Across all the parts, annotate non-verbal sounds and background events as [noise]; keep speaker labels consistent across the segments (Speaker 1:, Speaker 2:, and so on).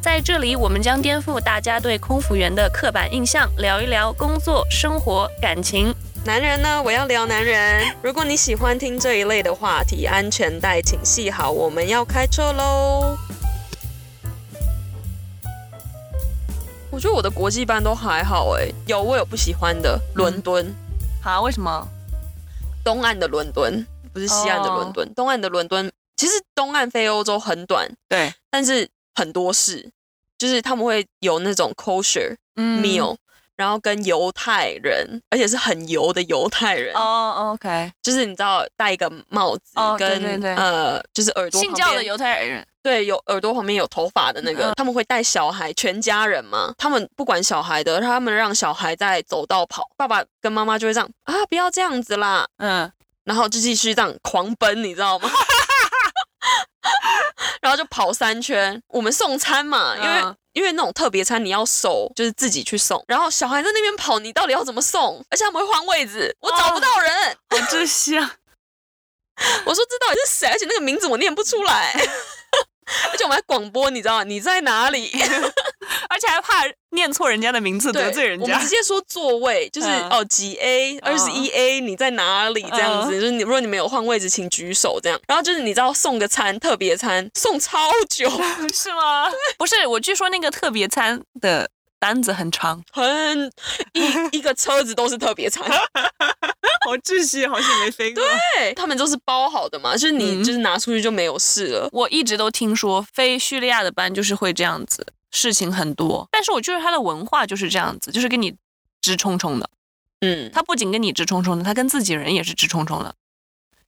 Speaker 1: 在这里，我们将颠覆大家对空服员的刻板印象，聊一聊工作、生活、感情。
Speaker 2: 男人呢？我要聊男人。 [laughs] 如果你喜欢听这一类的话题，安全带请系好，我们要开车喽。我觉得我的国际班都还好哎、有我有不喜欢的，伦敦、
Speaker 1: 好，啊为什么？
Speaker 2: 东岸的伦敦，不是西岸的伦
Speaker 1: 哦
Speaker 2: 敦，东岸的伦敦其实东岸飞欧洲很短，
Speaker 1: 对，
Speaker 2: 但是很多事，就是他们会有那种 kosher
Speaker 1: 嗯
Speaker 2: meal，、然后跟犹太人，而且是很油的犹太人，
Speaker 1: 哦，OK、o
Speaker 2: 就是你知道戴一个帽子，
Speaker 1: 哦对
Speaker 2: 跟
Speaker 1: 对对
Speaker 2: 呃，就是耳
Speaker 1: k
Speaker 2: 朵
Speaker 1: 信
Speaker 2: 旁
Speaker 1: 教的
Speaker 2: 边
Speaker 1: 犹太人，
Speaker 2: 对有耳朵旁边有头发的那个，
Speaker 1: 嗯
Speaker 2: 他们会带小孩，全家人嘛，他们不管小孩的，他们让小孩在走道跑，爸爸跟妈妈就会这样啊，不要这样子啦，
Speaker 1: [laughs] 嗯，
Speaker 2: 然后就继续这样狂奔，你知道吗？ [laughs] 然后就跑三圈。我们送餐嘛，因为、
Speaker 1: 嗯
Speaker 2: 因为那种特别餐你要手就是自己去送，然后小孩在那边跑，你到底要怎么送？而且他们会换位置，我找不到人。
Speaker 1: 好窒息啊！
Speaker 2: [laughs] 我说这到底是谁？而且那个名字我念不出来。 [laughs] 而且我们还广播，你知道你在哪里？
Speaker 1: 而且还怕念错人家的名字，得罪人
Speaker 2: 我
Speaker 1: 家
Speaker 2: 们直。接说座位，就是、
Speaker 1: 嗯嗯
Speaker 2: 哦几 A 二十一 A，你在哪里？这样子，就是你如果你们有换位置，请举手这样。然后就是你知道送个餐，特别餐送超久，
Speaker 1: [laughs] 是吗？不是，我据说那个特别餐的单子很长，
Speaker 2: 很一一个车子都是特别餐，
Speaker 1: [laughs] 好窒息，好久没飞过。
Speaker 2: 对他们都是包好的嘛，就是你
Speaker 1: 嗯
Speaker 2: 就是拿出去就没有事了。
Speaker 1: 我一直都听说飞叙利亚的班就是会这样子，事情很多。但是我觉得它的文化就是这样子，就是跟你直冲冲的。
Speaker 2: 嗯，
Speaker 1: 他不仅跟你直冲冲的，他跟自己人也是直冲冲的。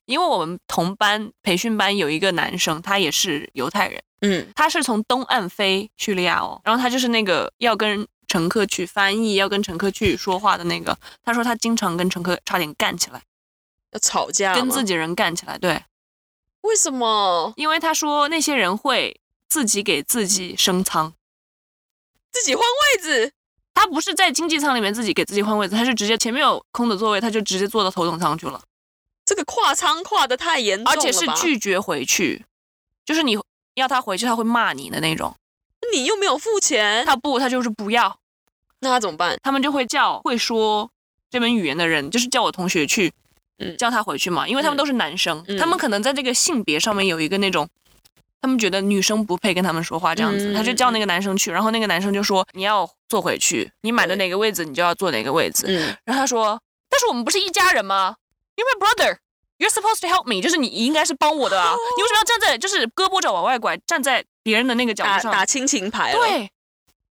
Speaker 1: 因为我们同班培训班有一个男生，他也是犹太人，
Speaker 2: 嗯
Speaker 1: 他是从东岸飞叙利亚哦，然后他就是那个要跟乘客去翻译，要跟乘客去说话的那个。他说他经常跟乘客差点干起来，
Speaker 2: 要吵架
Speaker 1: 跟
Speaker 2: 吗
Speaker 1: 自己人干起来。对，
Speaker 2: 为什么
Speaker 1: 因为他说那些人会自己给自己升舱。
Speaker 2: 自己换位置？
Speaker 1: 他不是在经济舱里面自己给自己换位置，他是直接前面有空的座位，他就直接坐到头等舱去了，
Speaker 2: 这个跨仓跨的太严重
Speaker 1: 而
Speaker 2: 了吧
Speaker 1: 且是拒绝回去，就是你要他回去，他会骂你的那种。
Speaker 2: 你又没有付钱，
Speaker 1: 他不，他就是不要，
Speaker 2: 那他怎么办？
Speaker 1: 他们就会叫会说这门语言的人，就是叫我同学去，
Speaker 2: 嗯
Speaker 1: 叫他回去嘛，因为他们
Speaker 2: 嗯
Speaker 1: 都是男生，
Speaker 2: 嗯
Speaker 1: 他们可能在这个性别上面有一个那种。他们觉得女生不配跟他们说话，这样子，
Speaker 2: 嗯
Speaker 1: 他就叫那个男生去，然后那个男生就说：“你要坐回去，你买的
Speaker 2: 对
Speaker 1: 哪个位置，你就要坐哪个位置。”
Speaker 2: 嗯，
Speaker 1: 然后他说：“但是我们不是一家人吗？You're my brother. You're supposed to help me. 就是你应该是帮我的
Speaker 2: 哦
Speaker 1: 啊，你为什么要站在就是胳膊肘往外拐，站在别人的那个角
Speaker 2: 打
Speaker 1: 度
Speaker 2: 打
Speaker 1: 上？
Speaker 2: 亲情牌了。
Speaker 1: 对。”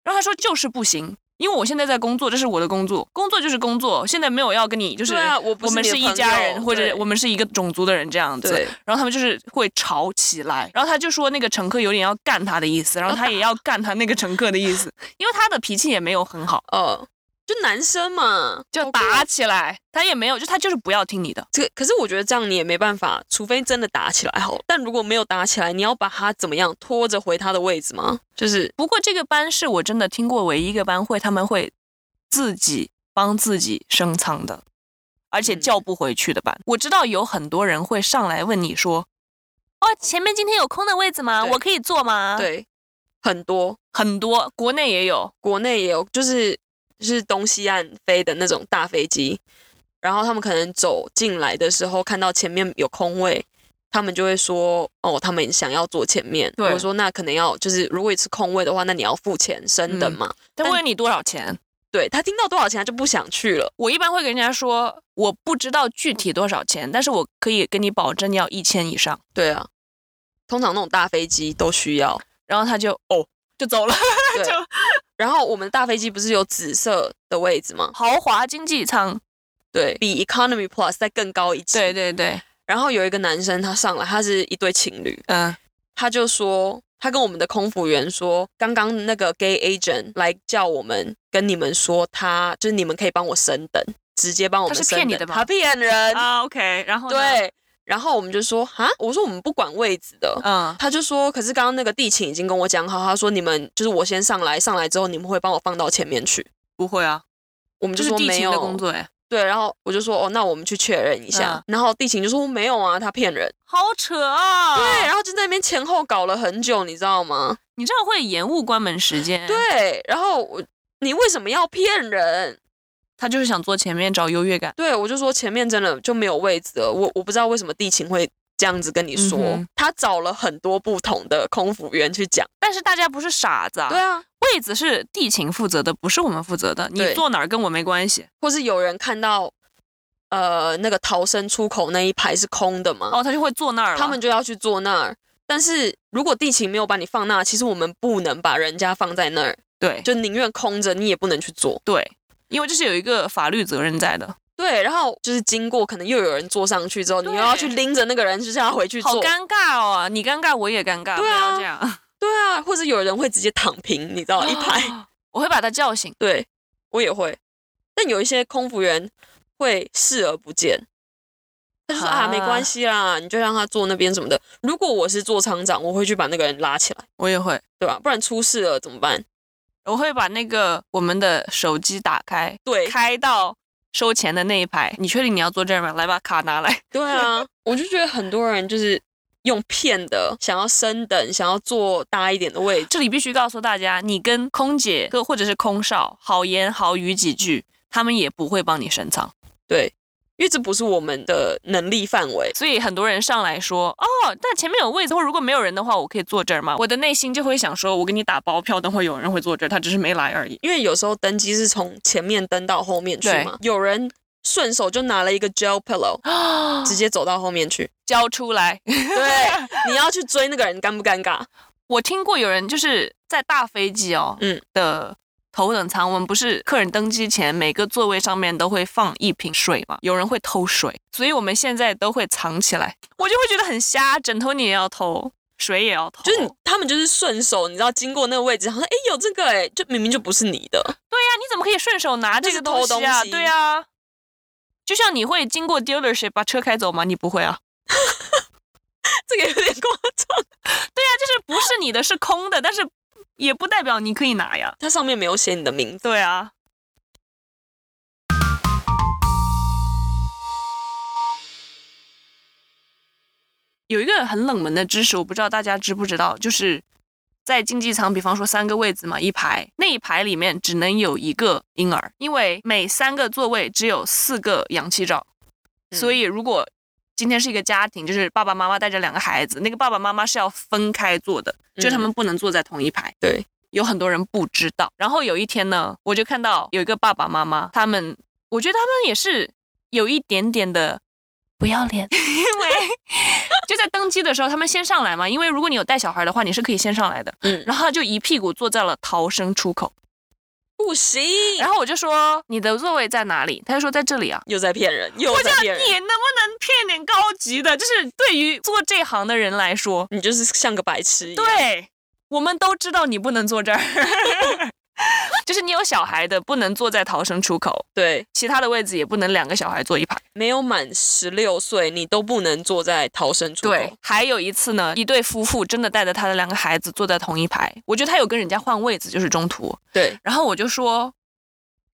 Speaker 1: 然后他说：“就是不行，因为我现在在工作，这是我的工作，工作就是工作，现在没有要跟你就是
Speaker 2: 对啊我不
Speaker 1: 我
Speaker 2: 是
Speaker 1: 们
Speaker 2: 你的
Speaker 1: 是一
Speaker 2: 朋
Speaker 1: 家
Speaker 2: 友
Speaker 1: 人，或
Speaker 2: 对
Speaker 1: 者我们是一个种族的人这样子。”
Speaker 2: 对，
Speaker 1: 然后他们就是会吵起来，然后他就说那个乘客有点要干他的意思，然后他也要干他那个乘客的意思， [laughs] 因为他的脾气也没有很好，
Speaker 2: 哦，就男生嘛，
Speaker 1: 就
Speaker 2: OK
Speaker 1: 打起来，他也没有，就他就是不要听你的。
Speaker 2: 这个，可是我觉得这样你也没办法，除非真的打起来好了。但如果没有打起来，你要把他怎么样拖着回他的位置吗？就是
Speaker 1: 不过这个班是我真的听过唯一一个班会，他们会自己帮自己升舱的，而且
Speaker 2: 嗯
Speaker 1: 叫不回去的班。我知道有很多人会上来问你说：“哦，前面今天有空的位子吗？
Speaker 2: 对
Speaker 1: 我可以坐吗？”，
Speaker 2: 对，很多
Speaker 1: 很多国内也有，
Speaker 2: 国内也有，就是就是东西岸飞的那种大飞机，然后他们可能走进来的时候看到前面有空位。他们就会说，哦，他们想要坐前面。
Speaker 1: 对
Speaker 2: 我说那可能要，就是如果是空位的话，那你要付钱升等
Speaker 1: 嗯
Speaker 2: 嘛。
Speaker 1: 他
Speaker 2: 但
Speaker 1: 问你多少钱。
Speaker 2: 对他听到多少钱，他就不想去了。
Speaker 1: 我一般会跟人家说，我不知道具体多少钱，但是我可以跟你保证要一千以上。
Speaker 2: 对啊，通常那种大飞机都需要。
Speaker 1: 然后他就哦就走了， [laughs]
Speaker 2: 对，然后我们大飞机不是有紫色的位置吗？
Speaker 1: 豪华经济舱。
Speaker 2: 对，比 Economy Plus 再更高一级。
Speaker 1: 对。对对，
Speaker 2: 然后有一个男生他上来，他是一对情侣，
Speaker 1: 嗯，
Speaker 2: 他就说他跟我们的空服员说，刚刚那个 gay agent 来叫我们跟你们说他就是你们可以帮我升等，直接帮我们
Speaker 1: 他是
Speaker 2: 升
Speaker 1: 骗你
Speaker 2: 等
Speaker 1: 的吧
Speaker 2: 他骗人，
Speaker 1: 啊，OK，然后呢，
Speaker 2: 对。然后我们就说啊，我说我们不管位置的，
Speaker 1: 嗯，
Speaker 2: 他就说，可是刚刚那个地勤已经跟我讲好，他说你们就是我先上来，上来之后你们会帮我放到前面去。
Speaker 1: 不会啊，
Speaker 2: 我们
Speaker 1: 这
Speaker 2: 就是说
Speaker 1: 地
Speaker 2: 没
Speaker 1: 勤
Speaker 2: 有
Speaker 1: 的工作哎，
Speaker 2: 对，然后我就说哦，那我们去确认一下。
Speaker 1: 嗯
Speaker 2: 然后地勤就说没有啊，他骗人。
Speaker 1: 好扯啊！
Speaker 2: 对，然后就在那边前后搞了很久，你知道吗？
Speaker 1: 你这样会延误关门时间。，
Speaker 2: 对，然后我你为什么要骗人？
Speaker 1: 他就是想坐前面找优越感。
Speaker 2: 对我就说前面真的就没有位置了，我我不知道为什么地勤会这样子跟你说，
Speaker 1: 嗯哼
Speaker 2: 他找了很多不同的空服员去讲。
Speaker 1: 但是大家不是傻子啊，
Speaker 2: 对，啊，
Speaker 1: 位子是地勤负责的，不是我们负责的。你
Speaker 2: 对
Speaker 1: 坐哪儿跟我没关系。
Speaker 2: 或是有人看到呃那个逃生出口那一排是空的嘛，
Speaker 1: 哦，他就会坐那儿了。
Speaker 2: 他们就要去坐那儿。但是如果地勤没有把你放那，其实我们不能把人家放在那儿，
Speaker 1: 对
Speaker 2: 就宁愿空着，你也不能去坐。
Speaker 1: 对，因为这是有一个法律责任在的，
Speaker 2: 对，然后就是经过，可能又有人坐上去之后，你又要去
Speaker 1: 对
Speaker 2: 拎着那个人，就是要回去
Speaker 1: 好
Speaker 2: 坐。
Speaker 1: 尴尬哦。你尴尬，我也尴尬。
Speaker 2: 对啊
Speaker 1: 不要这
Speaker 2: [laughs]
Speaker 1: 样。
Speaker 2: 对啊，或者有人会直接躺平，你知
Speaker 1: 哦
Speaker 2: 道，一排。
Speaker 1: 我会把他叫醒。
Speaker 2: 对我也会，但有一些空服员会视而不见，他就说啊
Speaker 1: 啊
Speaker 2: 没关系啦，你就让他坐那边什么的。如果我是做厂长，我会去把那个人拉起来，
Speaker 1: 我也会，
Speaker 2: 对吧？不然出事了怎么办？
Speaker 1: 我会把那个我们的手机打开，
Speaker 2: 对
Speaker 1: 开到收钱的那一排。你确定你要坐这儿吗？来，把卡拿来。
Speaker 2: 对啊，我就觉得很多人就是用骗的，想要升等，想要坐大一点的位置。
Speaker 1: 这里必须告诉大家，你跟空姐跟或者是空少好言好语几句，他们也不会帮你升舱。
Speaker 2: 对，因为这不是我们的能力范围。
Speaker 1: 所以很多人上来说，哦，但前面有位子，或如果没有人的话，我可以坐这儿吗？我的内心就会想说，我给你打包票，等会有人会坐这儿，他只是没来而已。
Speaker 2: 因为有时候登机是从前面登到后面去
Speaker 1: 对
Speaker 2: 嘛，有人顺手就拿了一个 gel pillow，
Speaker 1: [gasps] 啊，
Speaker 2: 直接走到后面去。
Speaker 1: 交出来。
Speaker 2: [laughs] 对，你要去追那个人，尴不尴尬？
Speaker 1: 我听过有人就是在大飞机哦，
Speaker 2: 嗯
Speaker 1: 的头等舱，我们不是客人登机前每个座位上面都会放一瓶水嘛，有人会偷水，所以我们现在都会藏起来。我就会觉得很瞎，枕头你也要偷，水也要偷，
Speaker 2: 就是你
Speaker 1: 对
Speaker 2: 他们就是顺手，你知道经过那个位置，然后说哎有这个哎、就明明就不是你的， [laughs]
Speaker 1: 呀、你怎么可以顺手拿这
Speaker 2: 这
Speaker 1: 个
Speaker 2: 是偷
Speaker 1: 西啊？
Speaker 2: 东西
Speaker 1: 对啊，就像你会经过 dealership 把车开走吗？你不会啊。
Speaker 2: 这个有点夸张。
Speaker 1: 对呀、就是不是你的，是空的，但是也不代表你可以拿呀。
Speaker 2: 它上面没有写你的名字，
Speaker 1: 对啊，有一个很冷门的知识，我不知道大家知不知道，就是在经济舱，比方说三个位子嘛，一排，那一排里面只能有一个婴儿，因为每三个座位只有四个氧气罩，
Speaker 2: 嗯
Speaker 1: 所以如果今天是一个家庭，就是爸爸妈妈带着两个孩子，那个爸爸妈妈是要分开坐的，就是他们不能坐在同一排。
Speaker 2: 对，
Speaker 1: 有很多人不知道。然后有一天呢，我就看到有一个爸爸妈妈，他们，我觉得他们也是有一点点的不要脸，因为就在登机的时候，他们先上来嘛，因为如果你有带小孩的话，你是可以先上来的。
Speaker 2: 嗯
Speaker 1: 然后他就一屁股坐在了逃生出口，
Speaker 2: 不行，
Speaker 1: 然后我就说你的座位在哪里？他就说在这里啊。
Speaker 2: 又在骗人，又
Speaker 1: 我
Speaker 2: 在
Speaker 1: 叫你
Speaker 2: 骗
Speaker 1: 能不
Speaker 2: 人，
Speaker 1: 能骗点高级的？就是对于做这行的人来说，
Speaker 2: 你就是像个白痴一样。
Speaker 1: 对，我们都知道你不能坐这儿， [laughs] 就是你有小孩的不能坐在逃生出口，
Speaker 2: 对，
Speaker 1: 其他的位置也不能两个小孩坐一排。
Speaker 2: 没有满十六岁，你都不能坐在逃生出口。
Speaker 1: 对，，还有一次呢，一对夫妇真的带着他的两个孩子坐在同一排，我觉得他有跟人家换位子，就是中途，
Speaker 2: 对
Speaker 1: 然后我就说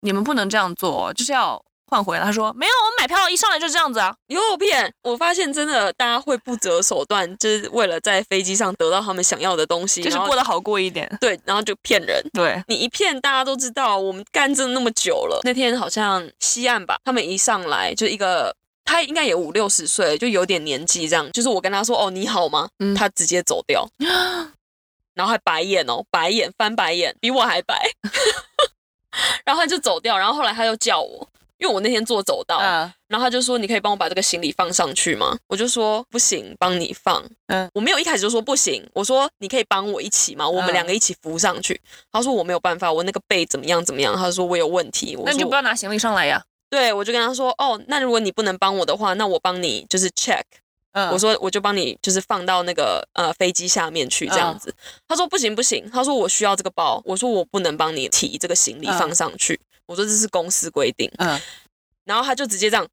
Speaker 1: 你们不能这样做哦，就是要换回来。他说没有，我买票一上来就这样子啊。
Speaker 2: 又骗！我发现真的，大家会不择手段，就是为了在飞机上得到他们想要的东西，
Speaker 1: 就是
Speaker 2: 然后
Speaker 1: 过得好过一点。
Speaker 2: 对，然后就骗人。
Speaker 1: [laughs] 对，
Speaker 2: 你一骗大家都知道，我们干这那么久了。那天好像西岸吧，他们一上来就一个，他应该也五六十岁，就有点年纪这样。就是我跟他说：“哦，你好吗？”
Speaker 1: 嗯
Speaker 2: 他直接走
Speaker 1: [laughs]
Speaker 2: 掉，然后还白眼哦，白眼翻白眼，比我还
Speaker 1: [laughs]
Speaker 2: 白。 [laughs] 然后他就走掉，然后后来他又叫我，因为我那天坐走道，
Speaker 1: 嗯
Speaker 2: 然后他就说：“你可以帮我把这个行李放上去吗？”我就说：“不行，帮你放。”
Speaker 1: 嗯
Speaker 2: 嗯，我没有一开始就说不行，我说：“你可以帮我一起吗？我们
Speaker 1: 嗯
Speaker 2: 两个一起扶上去。他说：“我没有办法，我那个背怎么样怎么样。”他说：“我有问题。”我
Speaker 1: 那你就
Speaker 2: 说
Speaker 1: 不要拿行李上来呀。：“
Speaker 2: 对。”我就跟他说：“哦，那如果你不能帮我的话，那我帮你就是 check。”
Speaker 1: 嗯
Speaker 2: 我说我就帮你就是放到那个呃飞机下面去这
Speaker 1: 嗯
Speaker 2: 样子。他说不行不行，他说我需要这个包，我说我不能帮你提这个行李
Speaker 1: 嗯
Speaker 2: 放上去，我说这是公司规定。
Speaker 1: 嗯，
Speaker 2: 然后他就直接这样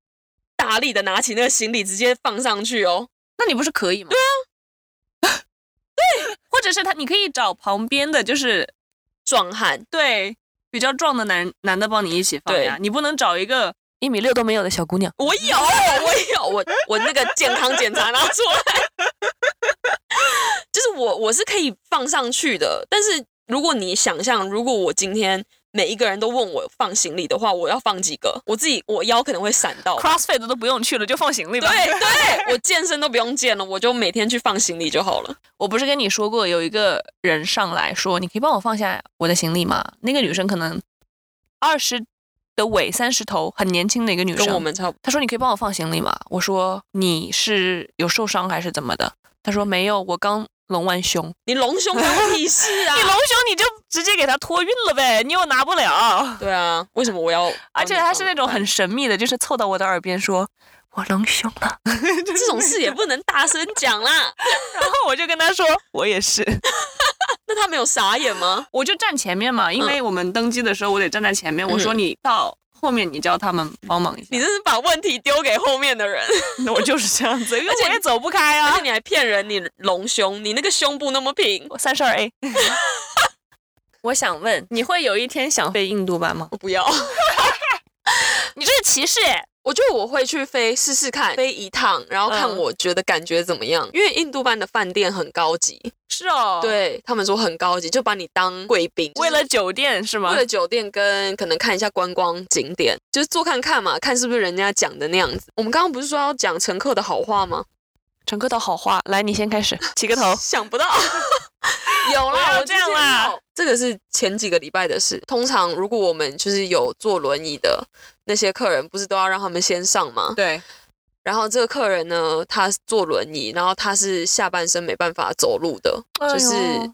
Speaker 2: 大力的拿起那个行李直接放上去哦。
Speaker 1: [laughs] 那你不是可以吗？对啊， [laughs] 对，或者是他，你可以找旁边的就是
Speaker 2: 壮汉，
Speaker 1: 对比较壮的男男的帮你一起放呀，你不能找一个一米六都没有的小姑娘。
Speaker 2: 我有，我有，我我那个健康检查拿出来， [laughs] 就是我我是可以放上去的。但是如果你想象，如果我今天每一个人都问我放行李的话，我要放几个？我自己我腰可能会闪到。
Speaker 1: CrossFit 的都不用去了，就放行李吧。
Speaker 2: 对，对，我健身都不用健了，我就每天去放行李就好了。
Speaker 1: 我不是跟你说过，有一个人上来说，你可以帮我放下我的行李吗？那个女生可能二十的尾三十头，很年轻的一个女生。
Speaker 2: 跟我们差不多。
Speaker 1: 他说：“你可以帮我放行李吗？”我说：“你是有受伤还是怎么的？”他说：“没有，我刚隆完胸。
Speaker 2: 你隆胸关我屁事啊
Speaker 1: [laughs] 你！隆胸你就直接给他托运了呗，你又拿不了。
Speaker 2: 对啊，为什么我要帮你放？
Speaker 1: [laughs] 而且他是那种很神秘的，就是凑到我的耳边说：“我隆胸了。 [laughs]
Speaker 2: 这种事也不能大声讲啦。” [laughs]
Speaker 1: 然后我就跟他说：“我也是。
Speaker 2: 那他没有傻眼吗？”
Speaker 1: 我就站前面嘛，因为我们登机的时候我得站在前面。我说：“
Speaker 2: 嗯
Speaker 1: 你到后面，你叫他们帮忙一下。
Speaker 2: 你这是把问题丢给后面的
Speaker 1: [laughs]
Speaker 2: 人。
Speaker 1: 那我就是这样子，因
Speaker 2: 而且
Speaker 1: 为我也走不开
Speaker 2: 而
Speaker 1: 啊
Speaker 2: 且。你还骗人，你隆胸，你那个胸部那么
Speaker 1: [laughs]
Speaker 2: 平，
Speaker 1: 我三十二 A。我想问，你会有一天想飞印度班吗？
Speaker 2: 我不要。
Speaker 1: 你这是歧视哎！
Speaker 2: 我觉得我会去飞试试看，飞一趟，然后看
Speaker 1: 嗯
Speaker 2: 我觉得感觉怎么样。因为印度班的饭店很高级，
Speaker 1: 是哦，，
Speaker 2: 对他们说很高级，就把你当贵宾。
Speaker 1: 为了
Speaker 2: 就是
Speaker 1: 酒店是吗？
Speaker 2: 为了酒店跟可能看一下观光景点，就是坐看看嘛，看是不是人家讲的那样子。我们刚刚不是说要讲乘客的好话吗？。
Speaker 1: 乘客的好话，来，你先开始，起个头
Speaker 2: 想不到，有
Speaker 1: 不
Speaker 2: 啦，
Speaker 1: 要
Speaker 2: 我
Speaker 1: 这样啦
Speaker 2: 之前有。这个是前几个礼拜的事。通常如果我们就是有坐轮椅的那些客人，不是都要让他们先上吗？
Speaker 1: [laughs] 对，
Speaker 2: 然后这个客人呢，他坐轮椅，然后他是下半身没办法走路的，就是、
Speaker 1: 哎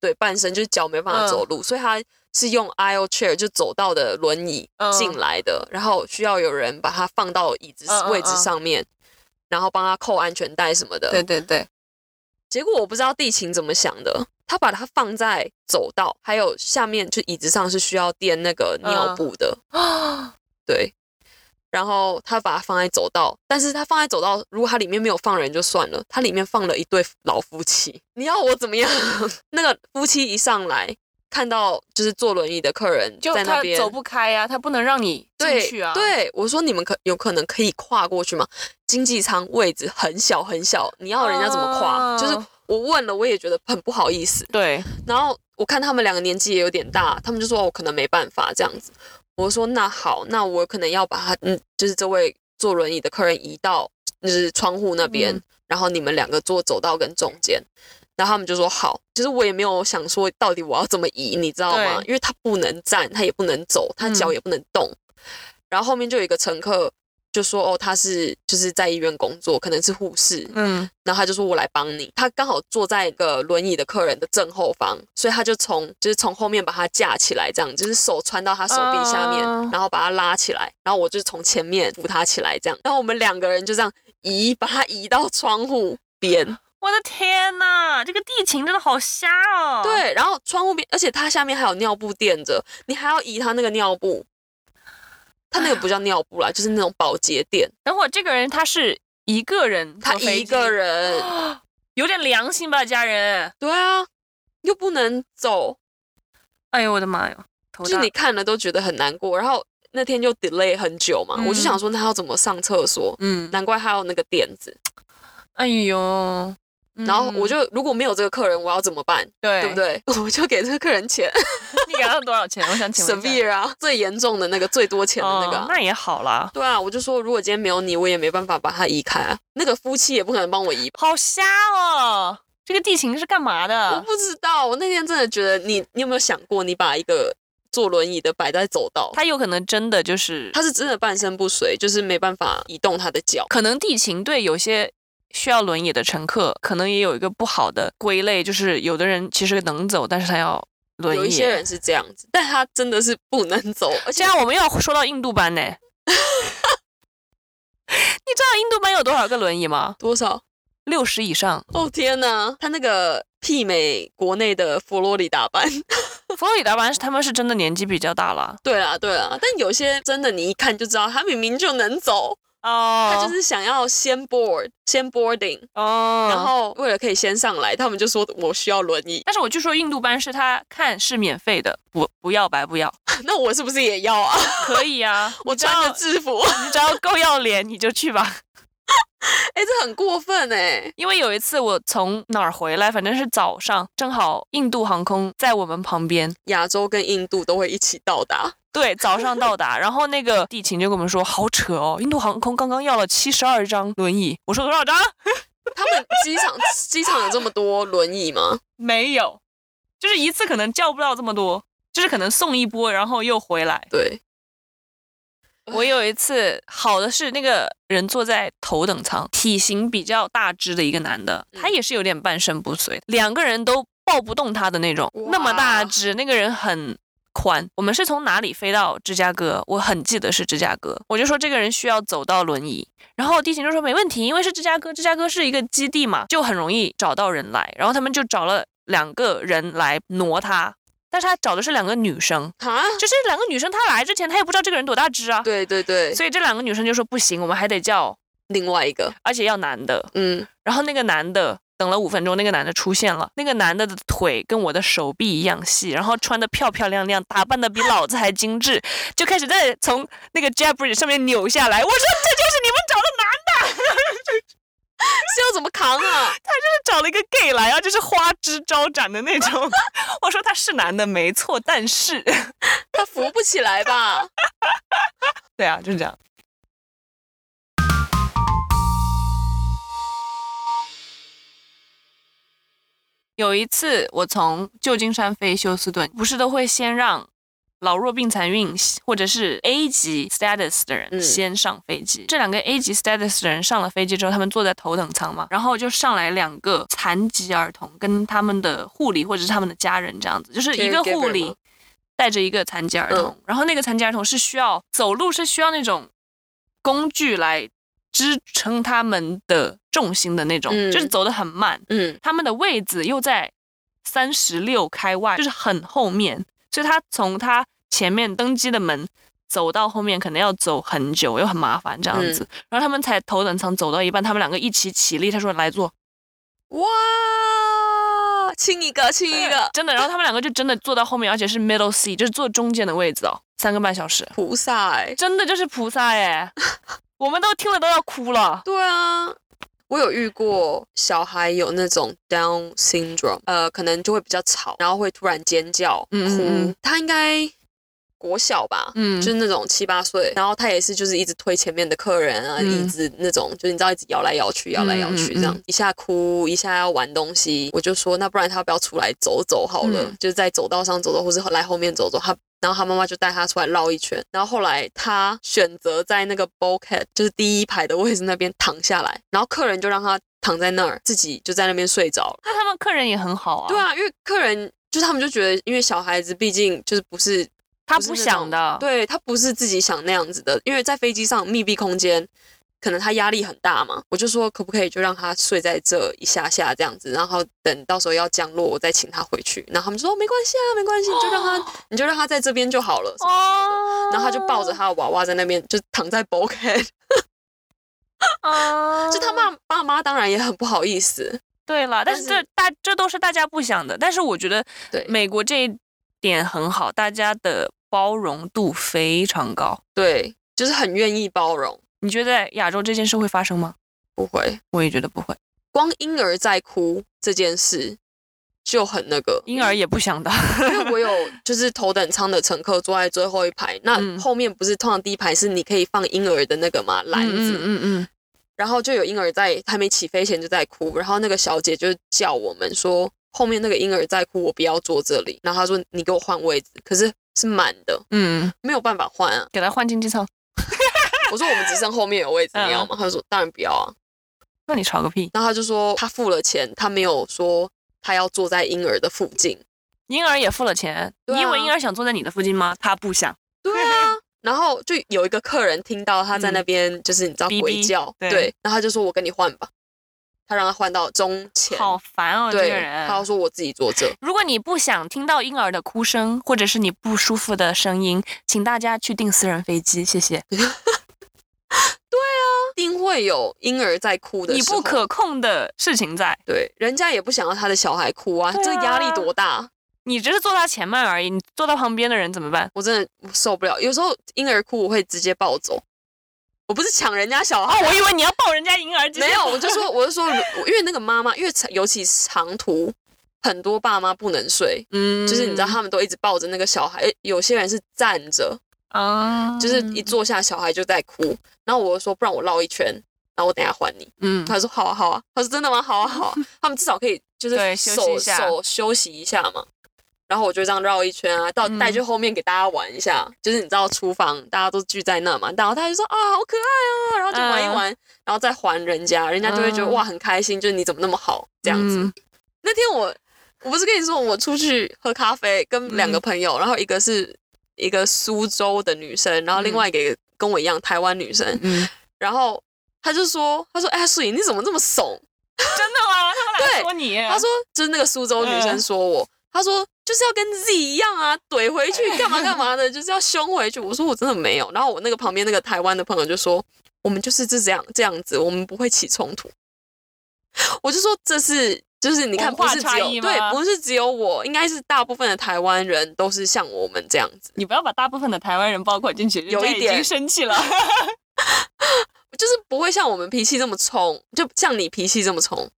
Speaker 2: 对半身就是脚没办法
Speaker 1: 嗯
Speaker 2: 走路，所以他是用 aisle chair 就走道的轮椅
Speaker 1: 嗯
Speaker 2: 进来的，然后需要有人把他放到椅子
Speaker 1: 嗯嗯
Speaker 2: 位置
Speaker 1: 嗯
Speaker 2: 上面，然后帮他扣安全带什么的。
Speaker 1: 对对，
Speaker 2: 结果我不知道地勤怎么想的，他把它放在走道，还有下面就椅子上是需要垫那个
Speaker 1: 嗯
Speaker 2: 尿布的，
Speaker 1: 啊，
Speaker 2: 对。然后他把它放在走道，但是他放在走道，如果它里面没有放人就算了，它里面放了一对老夫妻，你要我怎么样？ [laughs] 那个夫妻一上来，看到就是坐轮椅的客人
Speaker 1: [laughs] 就
Speaker 2: 在那
Speaker 1: 他
Speaker 2: 边
Speaker 1: 走不开呀、他不能让你进
Speaker 2: 对
Speaker 1: 去啊。，
Speaker 2: 对，我说你们可有可能可以跨过去吗？经济舱位置很小很小，你要人家怎么跨？
Speaker 1: 啊
Speaker 2: 就是我问了，我也觉得很不好意思。
Speaker 1: 对，
Speaker 2: 然后我看他们两个年纪也有点大，他们就说哦我可能没办法这样子。我说那好，那我可能要把他，嗯，就是这位坐轮椅的客人移到就是窗户那边，
Speaker 1: 嗯
Speaker 2: 然后你们两个坐走道跟中间。然后他们就说好，就是我也没有想说到底我要怎么移，你知道吗？
Speaker 1: 对嗯
Speaker 2: 因为他不能站，他也不能走，他脚也不能动。然后后面就有一个乘客就说哦，他是就是在医院工作，可能是护士，
Speaker 1: 嗯，
Speaker 2: 然后他就说我来帮你。他刚好坐在一个轮椅的客人的正后方，所以他就从就是从后面把他架起来，这样就是手穿到他手臂下面
Speaker 1: 啊
Speaker 2: 然后把他拉起来，然后我就从前面扶他起来，这样。然后我们两个人就这样移，把他移到窗户边。
Speaker 1: 我的天呐，这个地勤真的好瞎哦。，
Speaker 2: 对，然后窗户边，而且他下面还有尿布垫着，你还要移他那个尿布。他那个不叫尿布啦，就是那种保洁垫。
Speaker 1: 等会儿这个人他是一个人，
Speaker 2: 他一个，人，
Speaker 1: 有点良心吧，家人。
Speaker 2: 对啊，又不能走，
Speaker 1: 哎呦我的妈哟，头
Speaker 2: 就
Speaker 1: 大
Speaker 2: 你。看了都觉得很难过。然后那天就 delay 很久嘛，
Speaker 1: 嗯
Speaker 2: 我就想说那他要怎么上厕所？
Speaker 1: 嗯，
Speaker 2: 难怪他有那个垫子。
Speaker 1: 哎呦，
Speaker 2: 然后我
Speaker 1: 就
Speaker 2: 就如果没有这个客人，我要怎么办？
Speaker 1: 嗯对
Speaker 2: 嗯对不？对？ [laughs] 我就给这个客人钱，
Speaker 1: 你给他多少钱？我想请问
Speaker 2: 省
Speaker 1: 一下。
Speaker 2: 币啊，最严重的那个最多钱的那个
Speaker 1: 哦
Speaker 2: 啊。
Speaker 1: 那也好啦。
Speaker 2: 对啊，我就说如果今天没有你，我也没办法把他移开啊。那个夫妻也不可能帮我移吧。
Speaker 1: 好瞎哦！这个地勤是干嘛
Speaker 2: 我
Speaker 1: 的？
Speaker 2: 不知道，我那天真的觉得你，你有没有想过，你把一个坐轮椅的摆在走道，
Speaker 1: 他有可能真的就是，
Speaker 2: 他是真的半身不遂，就是没办法移动他的脚。
Speaker 1: 可能地勤对有些需要轮椅的乘客，可能也有一个不好的归类，就是有的人其实能走，但是他要轮椅。
Speaker 2: 有一些，人是这样子，但他真的是不能走，而且
Speaker 1: [laughs] 现在我们要说到印度班呢。你知道印度班有多少个轮椅吗？
Speaker 2: 多少？
Speaker 1: 六十以上。
Speaker 2: 哦天哪，他那个媲美国内的佛罗里达班。 [laughs]
Speaker 1: 佛罗里达班是他们是真的年纪比较大了
Speaker 2: 对啦对啦，但有些真的你一看就知道，他明明就能走，
Speaker 1: 哦
Speaker 2: 他就是想要先 board 先 boarding，、
Speaker 1: 哦，
Speaker 2: 然后为了可以先上来，他们就说我需要轮椅， [laughs]
Speaker 1: 但是我据说印度班是他看是免费的，不不要白不要，
Speaker 2: 那我是不是也要啊？ [laughs]
Speaker 1: 可以啊， [laughs]
Speaker 2: 我
Speaker 1: 你只要
Speaker 2: 穿着制服，
Speaker 1: 你只要够要脸你就去吧。
Speaker 2: [laughs] 哎、这很过分哎、
Speaker 1: 因为有一次我从哪儿回来，反正是早上，正好印度航空在我们旁边，
Speaker 2: 亚洲跟印度都会一起到达，
Speaker 1: 对，早上到达，然后那个地勤就跟我们说，好扯哦，印度航空刚刚要了七十二张轮椅，我说多少张？
Speaker 2: 他们机场机场有这么多轮椅吗？
Speaker 1: 没有，就是一次可能叫不到这么多，就是可能送一波，然后又回来。
Speaker 2: 对，
Speaker 1: 我有一次，好的是那个人坐在头等舱，体型比较大只的一个男的，
Speaker 2: 嗯
Speaker 1: 他也是有点半身不遂，两个人都抱不动他的那种
Speaker 2: 哇，
Speaker 1: 那么大只，那个人很。宽，我们是从哪里飞到芝加哥？我很记得是芝加哥，我就说这个人需要走到轮椅，然后地勤就说没问题，因为是芝加哥，芝加哥是一个基地嘛，就很容易找到人来。然后他们就找了两个人来挪他，但是他找的是两个女生，
Speaker 2: 哈，
Speaker 1: 就是两个女生，她来之前她也不知道这个人多大只啊，
Speaker 2: 对对对，
Speaker 1: 所以这两个女生就说不行，我们还得叫，
Speaker 2: 另外一个，
Speaker 1: 而且要男的。
Speaker 2: 嗯，
Speaker 1: 然后那个男的等了五分钟，那个男的出现了，那个男的的腿跟我的手臂一样细，然后穿的漂漂亮亮，打扮的比老子还精致，就开始在从那个 Jabber 上面扭下来。我说这就是你们找的男
Speaker 2: 是要怎么扛 [laughs] 啊？
Speaker 1: 的，找了一个 gay 来啊，就是花枝招展的那种。 [laughs] 我说他是男的没错，但是
Speaker 2: 他扶不起来吧？
Speaker 1: 对啊，就是这样。有一次，我从旧金山飞休斯顿，不是都会先让老弱病残孕或者是 A 级 status 的
Speaker 2: 嗯
Speaker 1: 人先上飞机。这两个 A 级 status 的人上了飞机之后，他们坐在头等舱嘛，然后就上来两个残疾儿童跟他们的护理或者是他们的家人这样子，就是一个
Speaker 2: Caregiver
Speaker 1: 护
Speaker 2: 吗
Speaker 1: 理带着一个残疾儿童，
Speaker 2: 嗯
Speaker 1: 然后那个残疾儿童是需要走路是需要那种工具来支撑他们的重心的那种，
Speaker 2: 嗯
Speaker 1: 就是走得很慢。
Speaker 2: 嗯，
Speaker 1: 他们的位子又在三十六开外，就是很后面，所以他从他前面登机的门走到后面，可能要走很久，又很麻烦这样
Speaker 2: 嗯
Speaker 1: 子。然后他们才头等舱走到一半，他们两个一起起立，他说来坐，
Speaker 2: 哇，亲一个，亲一个，
Speaker 1: 真的。然后他们两个就真的坐到后面，而且是 middle seat，就是坐中间的位置哦，三个半小时，
Speaker 2: 菩萨哎、
Speaker 1: 真的就是菩
Speaker 2: [laughs]
Speaker 1: 萨耶，我们都听了都要哭了。
Speaker 2: 对啊，我有遇过小孩有那种 Down syndrome，呃，可能就会比较吵，然后会突然尖叫、哭。
Speaker 1: 嗯嗯嗯
Speaker 2: 他应该国小吧，
Speaker 1: 嗯
Speaker 2: 就是那种七八岁，然后他也是就是一直推前面的客人啊，
Speaker 1: 嗯
Speaker 2: 椅子那种，就是你知道一直摇来摇去，摇来摇去
Speaker 1: 嗯嗯
Speaker 2: 这样，一下哭，一下要玩东西。我就说，那不然他要不要出来走走好了，
Speaker 1: 嗯
Speaker 2: 就是在走道上走走，或是来后面走走，他。然后他妈妈就带他出来绕一圈，然后后来他选择在那个 bulkhead，就是第一排的位置那边躺下来，然后客人就让他躺在那儿，自己就在那边睡着了。
Speaker 1: 那他们客人也很好啊，
Speaker 2: 对，啊，因为客人就是他们就觉得，因为小孩子毕竟就是不是
Speaker 1: 他
Speaker 2: 是
Speaker 1: 不
Speaker 2: 那
Speaker 1: 想
Speaker 2: 种
Speaker 1: 的，
Speaker 2: 对他不是自己想那样子的，因为在飞机上密闭空间，可能他压力很大嘛。我就说可不可以就让他睡在这一下下这样子，然后等到时候要降落，我再请他回去。然后他们说、哦没关系啊，没关系，你就让他，你就让他在这边就好了。什么什么的
Speaker 1: 哦
Speaker 2: 然后他就抱着他的娃娃在那边，就躺在 b o k e t
Speaker 1: 啊，
Speaker 2: 就他爸爸妈当然也很不好意思，
Speaker 1: 对了，但
Speaker 2: 但
Speaker 1: 是
Speaker 2: 是
Speaker 1: 这大这都是大家不想的，但是我觉得
Speaker 2: 对
Speaker 1: 美国这一点很好，大家的包容度非常高。
Speaker 2: 对，就是很愿意包容，
Speaker 1: 你觉得在亚洲这件事会发生吗？
Speaker 2: 不会
Speaker 1: 我也觉得不会，
Speaker 2: 光婴儿在哭这件事就很那个，
Speaker 1: 婴儿也不想的。
Speaker 2: 因为我有
Speaker 1: [laughs]
Speaker 2: 就是头等舱的乘客坐在最后一排，那
Speaker 1: 嗯
Speaker 2: 后面不是通常第一排是你可以放婴儿的那个嘛篮子，
Speaker 1: 嗯嗯嗯
Speaker 2: 然后就有婴儿在还没起飞前就在哭，然后那个小姐就叫我们说后面那个婴儿在哭，我不要坐这里，然后她说你给我换位置，可是是满的，
Speaker 1: 嗯，嗯
Speaker 2: 没有办法换啊。
Speaker 1: 给他换经济舱。
Speaker 2: 我说我们只剩后面有位置，
Speaker 1: 嗯
Speaker 2: 你要吗？她说当然不要啊。
Speaker 1: 那你吵个屁！
Speaker 2: 然后她就说她付了钱，她没有说她要坐在婴儿的附近。
Speaker 1: 婴儿也付了钱，
Speaker 2: 对啊
Speaker 1: 你以为婴儿想坐在你的附近吗？他不想。 [laughs]
Speaker 2: 对啊，然后就有一个客人听到他在那边就是你知道
Speaker 1: 嗯哔哔
Speaker 2: 鬼叫，
Speaker 1: 对
Speaker 2: 对，然后他就说我跟你换吧，他让他换到中前，
Speaker 1: 好烦哦，这
Speaker 2: 对
Speaker 1: 个，人。
Speaker 2: 他说我自己坐
Speaker 1: [laughs]
Speaker 2: 这，
Speaker 1: 如果你不想听到婴儿的哭声，或者是你不舒服的声音，请大家去订私人飞机，谢谢。
Speaker 2: 一定会有婴儿在哭的
Speaker 1: 你
Speaker 2: 时候，
Speaker 1: 不可控的事情在，
Speaker 2: 对，人家也不想要他的小孩哭啊，
Speaker 1: 对啊
Speaker 2: 这压力多大，
Speaker 1: 你只是坐他前面而已，你坐他旁边的人怎么办？
Speaker 2: 我真的受不了。有时候婴儿哭我会直接抱走，我不是抢人家小
Speaker 1: 哦
Speaker 2: 孩，，
Speaker 1: 我以为你要抱人家婴儿，直接
Speaker 2: 没有，我就说我就说，因为那个妈妈，因为尤其长途，很多爸妈不能睡。
Speaker 1: 嗯
Speaker 2: 就是你知道，他们都一直抱着那个小孩，有些人是站着，
Speaker 1: 啊
Speaker 2: 就是一坐下小孩就在哭。然后我就说，不然我绕一圈，然后我等一下还你。
Speaker 1: 嗯，
Speaker 2: 他说好啊好啊，他说真的吗？好啊好
Speaker 1: [laughs]
Speaker 2: 啊，他们至少可以就是
Speaker 1: 对休息
Speaker 2: 手
Speaker 1: 一下
Speaker 2: 手休息一下嘛。然后我就这样绕一圈啊，到
Speaker 1: 嗯
Speaker 2: 带去后面给大家玩一下，就是你知道厨房大家都聚在那嘛，然后他就说啊好可爱啊，然后就玩一玩，然后再还人家，人家就会觉得、
Speaker 1: 嗯
Speaker 2: 哇很开心，就是你怎么那么好这样子。
Speaker 1: 嗯
Speaker 2: 那天我我不是跟你说我出去喝咖啡，跟两个朋友，然后一个是一个苏州的女生，然后另外一个跟我一样台湾女生，
Speaker 1: 嗯，
Speaker 2: 然后他就说，他说 Ashley 你怎么这么怂？
Speaker 1: 真的吗？他们
Speaker 2: 对
Speaker 1: 俩说你，
Speaker 2: [laughs] 他
Speaker 1: [laughs]
Speaker 2: 说就是那个苏州女
Speaker 1: 嗯
Speaker 2: 生说我，他说就是要跟 Z 一样啊，怼回
Speaker 1: 哎
Speaker 2: 去干嘛干嘛的，就是要凶回去。我说我真的没有。然后我那个旁边那个台湾的朋友就说，我们就是这样这样子，我们不会起冲突。我就说这是就是你看
Speaker 1: 文
Speaker 2: 不
Speaker 1: 化
Speaker 2: 是只
Speaker 1: 差
Speaker 2: 有
Speaker 1: 异吗
Speaker 2: 对，不是只有我，应该是大部分的台湾人都是像我们这样子，
Speaker 1: 你不要把大部分的台湾人包括进去，人
Speaker 2: 有
Speaker 1: 家
Speaker 2: 一
Speaker 1: 已
Speaker 2: 点
Speaker 1: 经生气了。
Speaker 2: 就是不会像我们脾气这么冲，就像你脾气这么冲。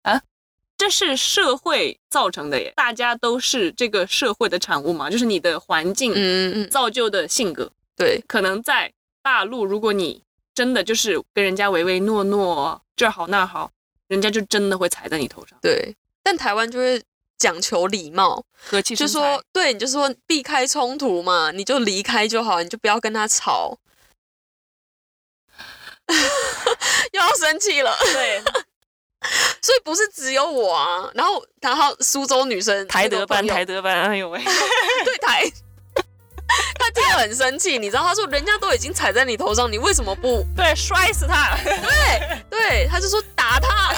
Speaker 1: 这是社会造成的耶，大家都是这个社会的产物嘛，就是你的环境
Speaker 2: 嗯嗯，嗯
Speaker 1: 造就的性格。
Speaker 2: 对，
Speaker 1: 可能在大陆，如果你真的就是跟人家唯唯诺诺，这儿好那儿好，人家就真的会踩在你头上，
Speaker 2: 对，但台湾就会讲求礼貌，
Speaker 1: 和气
Speaker 2: 就
Speaker 1: 生财
Speaker 2: 说对，你就说避开冲突嘛，你就离开就好，你就不要跟他吵。 [laughs] 又要生气了，
Speaker 1: [laughs] 对，
Speaker 2: 所以不是只有我啊。然后，然后苏州女生
Speaker 1: 台德班， [laughs]
Speaker 2: 那个朋
Speaker 1: 台
Speaker 2: 友
Speaker 1: 德班，哎呦喂，
Speaker 2: 对台， [laughs] 她听了很生气，你知道，她说人家都已经踩在你头上，你为什么不
Speaker 1: 对，摔死他！
Speaker 2: 对对，他就说打他。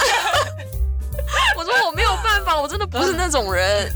Speaker 2: [laughs] 我说我没有办法，我真的不是那种人。
Speaker 1: [laughs]